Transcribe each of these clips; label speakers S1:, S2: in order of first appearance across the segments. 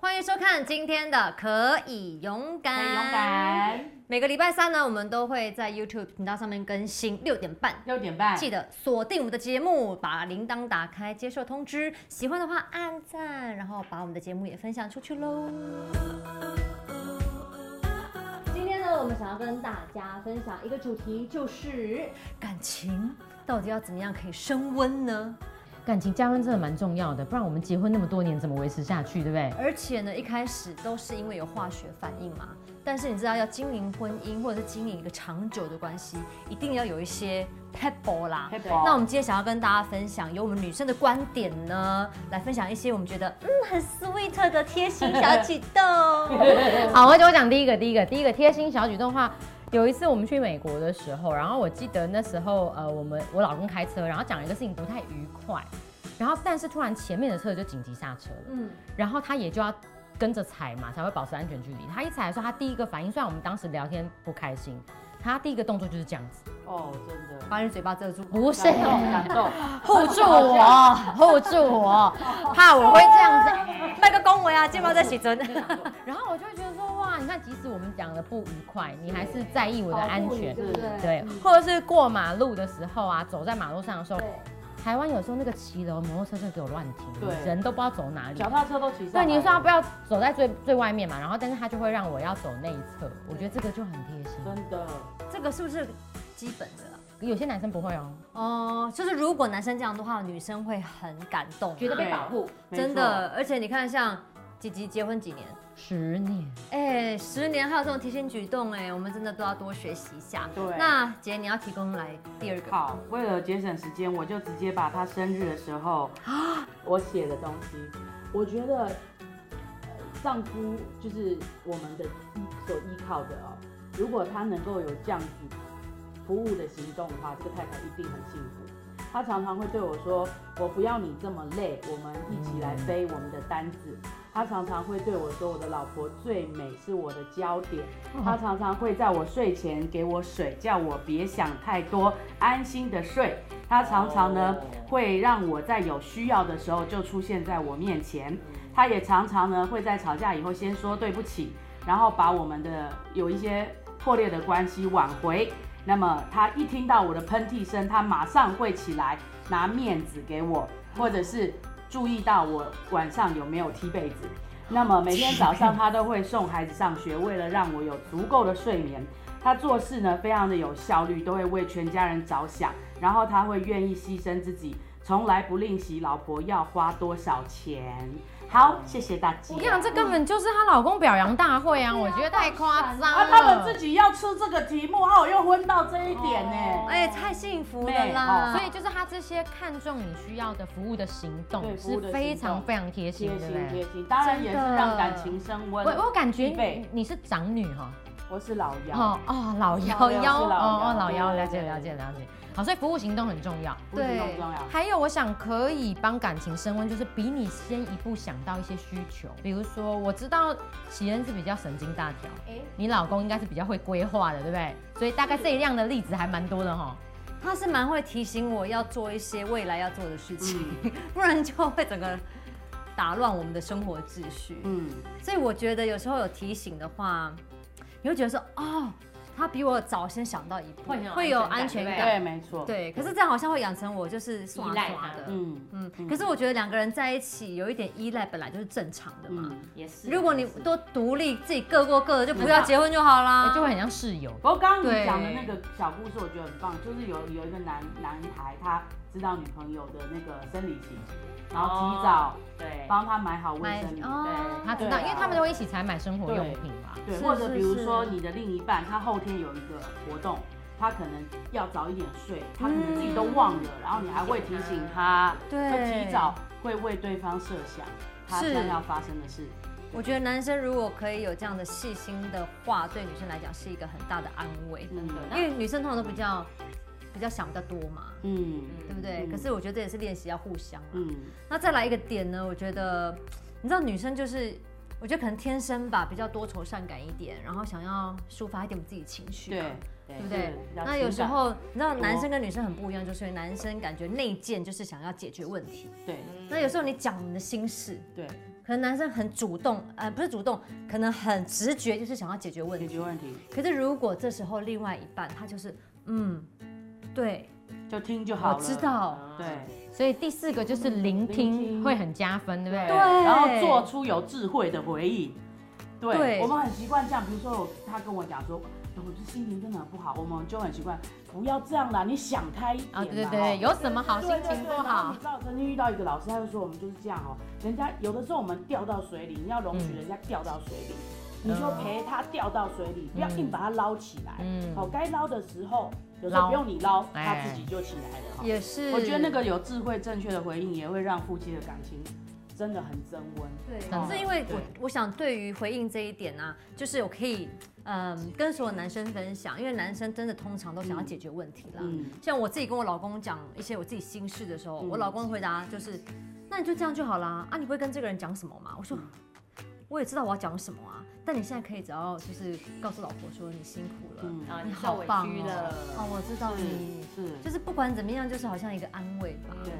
S1: 欢迎收看今天的《可以勇敢》，
S2: 很勇。敢。
S1: 每个礼拜三呢，我们都会在 YouTube 频道上面更新，六点半。
S2: 六点半，
S1: 记得锁定我们的节目，把铃铛打开，接受通知。喜欢的话按赞，然后把我们的节目也分享出去喽。今天呢，我们想要跟大家分享一个主题，就是感情到底要怎么样可以升温呢？
S3: 感情加温真的蛮重要的，不然我们结婚那么多年怎么维持下去，对不对？
S1: 而且呢，一开始都是因为有化学反应嘛。但是你知道，要经营婚姻或者是经营一个长久的关系，一定要有一些 pebble 啦。
S2: Pebble
S1: 那我们今天想要跟大家分享，由我们女生的观点呢，来分享一些我们觉得嗯很 sweet 的贴心小举动。
S3: 好，我我讲第一个，第一个，第一个贴心小举动的话，有一次我们去美国的时候，然后我记得那时候呃，我们我老公开车，然后讲了一个事情不太愉快，然后但是突然前面的车就紧急刹车了，
S1: 嗯，
S3: 然后他也就要跟着踩嘛，才会保持安全距离。他一踩的时候，他第一个反应，虽然我们当时聊天不开心，他第一个动作就是这样子，
S2: 哦，真的，
S1: 把你嘴巴遮住。
S3: 不 是
S2: 感动感动，
S3: 护住我，护住我，怕我会这样子。
S1: 麦克恭维啊，肩膀在起尊。
S3: 然后我就会觉得说，哇，你看，即使我们讲的不愉快，你还是在意我的安全，
S2: 对对对
S3: 对，或者是过马路的时候啊，走在马路上的时候
S4: 对，
S3: 台湾有时候那个骑楼摩托车就给我乱停，
S2: 对
S3: 人都不知道走哪里
S2: 脚。踏车都骑上
S3: 对，
S2: 来了。
S3: 你说他不要走在最最外面嘛，然后但是他就会让我要走内侧，我觉得这个就很贴心。
S2: 真的，
S1: 这个是不是基本的啦？
S3: 有些男生不会哦，
S1: 哦，就是如果男生这样的话，女生会很感动，
S3: 觉得被
S2: 对
S3: 保护
S2: 没
S1: 真
S2: 错，
S1: 的。而且你看，像姐姐结婚几年？
S3: 十年。
S1: 哎、十年还有这种贴心举动、哎，我们真的都要多学习一下。
S2: 对
S1: 那姐，你要提供来第二个，
S2: 好，为了节省时间，我就直接把他生日的时候 我写的东西，我觉得呃丈夫就是我们的依所依靠的哦。如果他能够有这样子服务的行动的话，这个太太一定很幸福。她常常会对我说：“我不要你这么累，我们一起来背我们的单子。她常常会对我说：“我的老婆最美，是我的焦点。”她常常会在我睡前给我水，叫我别想太多，安心的睡。她常常呢会让我在有需要的时候就出现在我面前。她也常常呢会在吵架以后先说对不起，然后把我们的有一些破裂的关系挽回。那么他一听到我的喷嚏声，他马上会起来拿面子给我，或者是注意到我晚上有没有踢被子。
S3: 哦
S2: 那么每天早上他都会送孩子上学，为了让我有足够的睡眠，他做事呢非常的有效率，都会为全家人着想，然后他会愿意牺牲自己，从来不吝惜老婆要花多少钱。好，谢谢大家。
S3: 我跟你讲，这根本就是她老公表扬大会嗯啊！我觉得太夸张
S2: 啊，
S3: 了。
S2: 他们自己要出这个题目，啊，我又昏到这一点呢、
S3: 哦
S1: 哎、太幸福了啦！
S2: 妹哦
S3: 所以就是他这些看重你需要的服务的行
S2: 对
S3: 动
S2: 服务
S3: 是
S2: 的
S3: 非
S2: 行动
S3: 常非常贴心
S2: 贴
S3: 的
S2: 心贴
S3: 嘞。
S2: 心，当然也是
S1: 真的
S2: 让感情升温。
S3: 我我感觉
S2: 必备
S3: 你你是长女哈，
S2: 我是老幺，
S3: 哦哦老
S2: 老
S3: 幺
S2: 幺
S3: 幺
S2: 是
S3: 哦
S2: 老幺
S3: 哦老幺，
S2: 对
S3: 了解了解了解。好，所以服务行动很重要。
S2: 不是那么
S1: 对
S2: 重要。
S3: 还有，我想可以帮感情升温，就是比你先一步想到一些需求，比如说我知道喜恩是比较神经大条，
S4: 哎，
S3: 你老公应该是比较会规划的，对不对？所以大概这一样的例子还蛮多 的哈。
S1: 他是蛮会提醒我要做一些未来要做的事情，
S2: 嗯
S1: 不然就会整个打乱我们的生活秩序。
S2: 嗯，
S1: 所以我觉得有时候有提醒的话，你会觉得说，哦，他比我早先想到一步，
S3: 会很有
S1: 安
S3: 安
S1: 全
S3: 全感
S1: 感。
S2: 对，没错。，
S1: 对，可是这样好像会养成我就是耍
S3: 依赖
S1: 耍
S3: 他
S1: 的。
S2: 嗯
S1: 嗯，
S2: 嗯
S1: 可是我觉得两个人在一起有一点依赖本来就是正常的嘛。
S2: 嗯。
S3: 也是
S1: 如果你都独立，自己各过各的，就不要结婚就好
S2: 啊
S1: 啦。
S3: 就会很像室友。
S2: 不过刚刚
S1: 对
S2: 你讲的那个小故事，我觉得很棒，就是有有一个男男孩，他知道女朋友的那个生理期，然后提早
S3: 对
S2: 帮他买好卫生棉。
S1: 哦
S3: 对，他知道，
S2: 对啊
S3: 因为他们都会一起采买生活用品嘛。
S2: 对，
S1: 是
S2: 或者比
S1: 是
S2: 如说
S1: 是
S2: 你的另一半，他后天有一个活动，他可能要早一点睡，他可能自己都忘了，然后你还会提醒他，
S1: 对
S2: 会提早会为对方设想他
S1: 嗯是
S2: 将要发生的事。
S1: 我觉得男生如果可以有这样的细心的话，对女生来讲是一个很大的安慰，
S2: 嗯
S1: 因为女生通常都比较比较想比较多嘛，
S2: 嗯
S1: 对不对？
S2: 嗯
S1: 可是我觉得这也是练习要互相啊。
S2: 嗯，
S1: 那再来一个点呢，我觉得，你知道女生就是，我觉得可能天生吧，比较多愁善感一点，然后想要抒发一点我们自己情绪
S2: 对
S1: 嘛，对不对
S2: 是？比较
S1: 那有
S2: 嗯情
S1: 时
S2: 感
S1: 候你知道
S2: 多
S1: 男生跟女生很不一样，就是因为男生感觉内建就是想要解决问题，
S2: 对
S1: 那有时候你讲你的心事，
S2: 对
S1: 可能男生很主动，呃，不是主动，可能很直觉，就是想要解决问
S2: 解
S1: 题。
S2: 决问题
S1: 可是如果这时候另外一半他就是，嗯，对，
S2: 就听就好了。
S1: 我知道，
S2: 对
S3: 所以第四个就是聆
S2: 聆
S3: 听
S2: 听
S3: 会很加分，对不对？
S1: 对
S2: 然后做出有智慧的回应。对，
S1: 对
S2: 我们很习惯这样，比如说我他跟我讲说。哎我这心情真的很不好，我们就很习惯，不要这样啦，你想开一点啦
S3: 啊，对对
S2: 哦
S3: 对，有什么好心
S2: 对对对
S3: 情不
S2: 然后
S3: 好
S2: 你？知道我曾经遇到一个老师，他就说我们就是这样哦、人家有的时候我们掉到水里，你要容许
S3: 嗯
S2: 人家掉到水里，
S3: 嗯
S2: 你就陪他掉到水里，不要
S3: 嗯
S2: 硬把他捞起来。
S3: 嗯
S2: 好，该捞的时候，有时候
S3: 捞
S2: 不用你捞，
S3: 哎
S2: 他自己就起来了。哈
S1: 也是。
S2: 哦我觉得那个有智慧、正确的回应，也会让夫妻的感情真的很增温。
S1: 对，
S3: 的
S1: 可是因为
S2: 哦对
S1: 我我想对于回应这一点呢、啊就是我可以嗯、跟所有男生分享，因为男生真的通常都想要解决问题啦。
S2: 嗯，
S1: 像我自己跟我老公讲一些我自己心事的时候，
S2: 嗯
S1: 我老公回答就是：“那你就这样就好啦，啊，你不会跟这个人讲什么嘛？”我
S2: 嗯
S1: 说：“我也知道我要讲什么啊，但你现在可以只要就是告诉老婆说你辛苦了，
S2: 嗯
S4: 啊
S1: 你
S4: 你
S1: 好
S4: 受委
S1: 棒
S4: 屈
S1: 哦
S4: 了，，
S1: 哦，我知道你，
S2: 是，
S1: 就是不管怎么样，就是好像一个安慰吧。
S2: 对，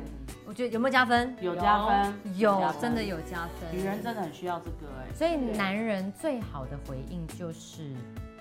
S1: 我觉得有没有加分？
S2: 有加分，
S1: 有
S2: 加，分
S1: 真的，有加分。
S2: 女人真的很需要这个哎、
S3: 所以男人最好的回应就是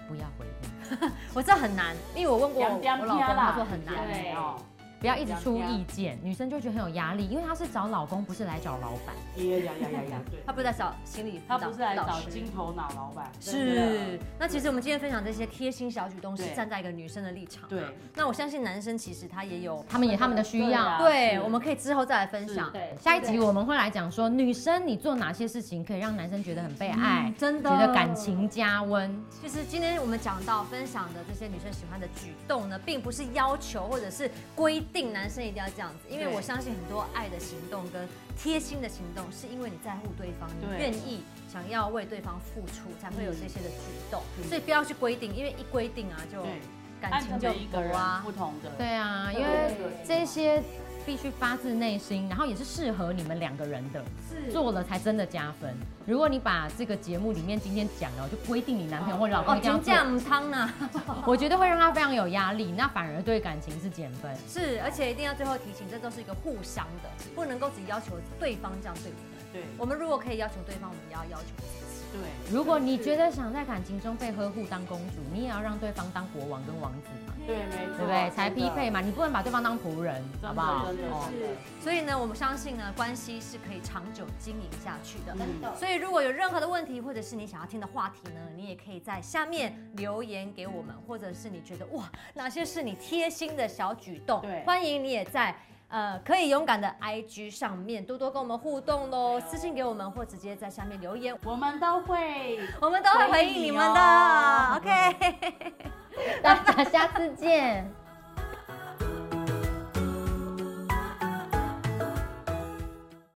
S3: 不要回应，
S1: 我知道很难，因为我问过我
S2: 凉凉
S1: 我老公，
S2: 天啊啦
S1: 他说很难。
S4: 对
S2: 哦，
S3: 不要一直出意见，女生就觉得很有压力，因为她是找老公，不是来找老板。
S2: 也呀呀呀 呀，对，
S1: 他不是在找心理辅
S2: 他
S1: 导，
S2: 不是来
S1: 老
S2: 找
S1: 师
S2: 金头脑老板，
S1: 是，那其实我们今天分享这些贴心小举动，是
S2: 对
S1: 站在一个女生的立场。
S2: 对，
S1: 那我相信男生其实他也有，
S3: 他们有他们的需
S2: 对
S3: 要
S2: 啊。
S1: 对，
S2: 是
S1: 我们可以之后再来分享。
S4: 对，
S3: 下一集
S4: 我
S3: 我们会来讲说，女生你做哪些事情可以让男生觉得很被爱
S1: 嗯，真的
S3: 觉得感。情加温。
S1: 其实今天我们讲到分享的这些女生喜欢的举动呢，并不是要求或者是规定男生一定要这样子，因为
S2: 对
S1: 我相信很多爱的行动跟贴心的行动，是因为你在乎对方，你
S2: 对
S1: 愿意想要为对方付出，才会有这些的举动。
S2: 嗯
S1: 所以不要去规定，因为一规定啊，就
S2: 对，
S1: 感
S2: 按
S1: 情
S2: 照
S1: 就
S2: 每一个
S1: 薄
S2: 人
S1: 啊。
S2: 不同的，
S3: 对啊，因为这些必须发自内心，然后也是适合你们两个人的，
S1: 哦
S3: 做了才真的加分。如果你把这个节目里面今天讲了，就规定你男朋友或老公
S1: 哦，
S3: 一定要
S1: 金
S3: 做，
S1: 酱汤啊呢？
S3: 我觉得会让他非常有压力，那反而对感情是减分。
S1: 是，而且一定要最后提醒，这都是一个互相的，不能够只要求对方这样对我们。
S2: 对
S1: 我们如果可以要求对方，我们也要要求自己。
S2: 对，
S3: 如果你觉得想在感情中被呵护当公主，你也要让对方当国王跟王子嘛，
S2: 对，没错，
S3: 对不对？才匹配嘛，你不能把对方当仆人，好
S2: 真的，真
S3: 不好
S2: 的，？哦真的
S3: 哦
S2: 是
S1: 所以呢，我们相信呢，关系是可以长久经营下去的。
S2: 嗯
S4: 真的
S1: 所以如果有任何的问题，或者是你想要听的话题呢，你也可以在下面留言给我们，或者是你觉得哇，哪些是你贴心的小举动？
S2: 对
S1: 欢迎你也在。呃，可以勇敢的 IG 上面多多跟我们互动喽，私信给我们或直接在下面留言，
S2: 我们都会。
S1: 我们都会回应你们的。
S2: 回应你哦
S1: OK。
S3: 大家下次见。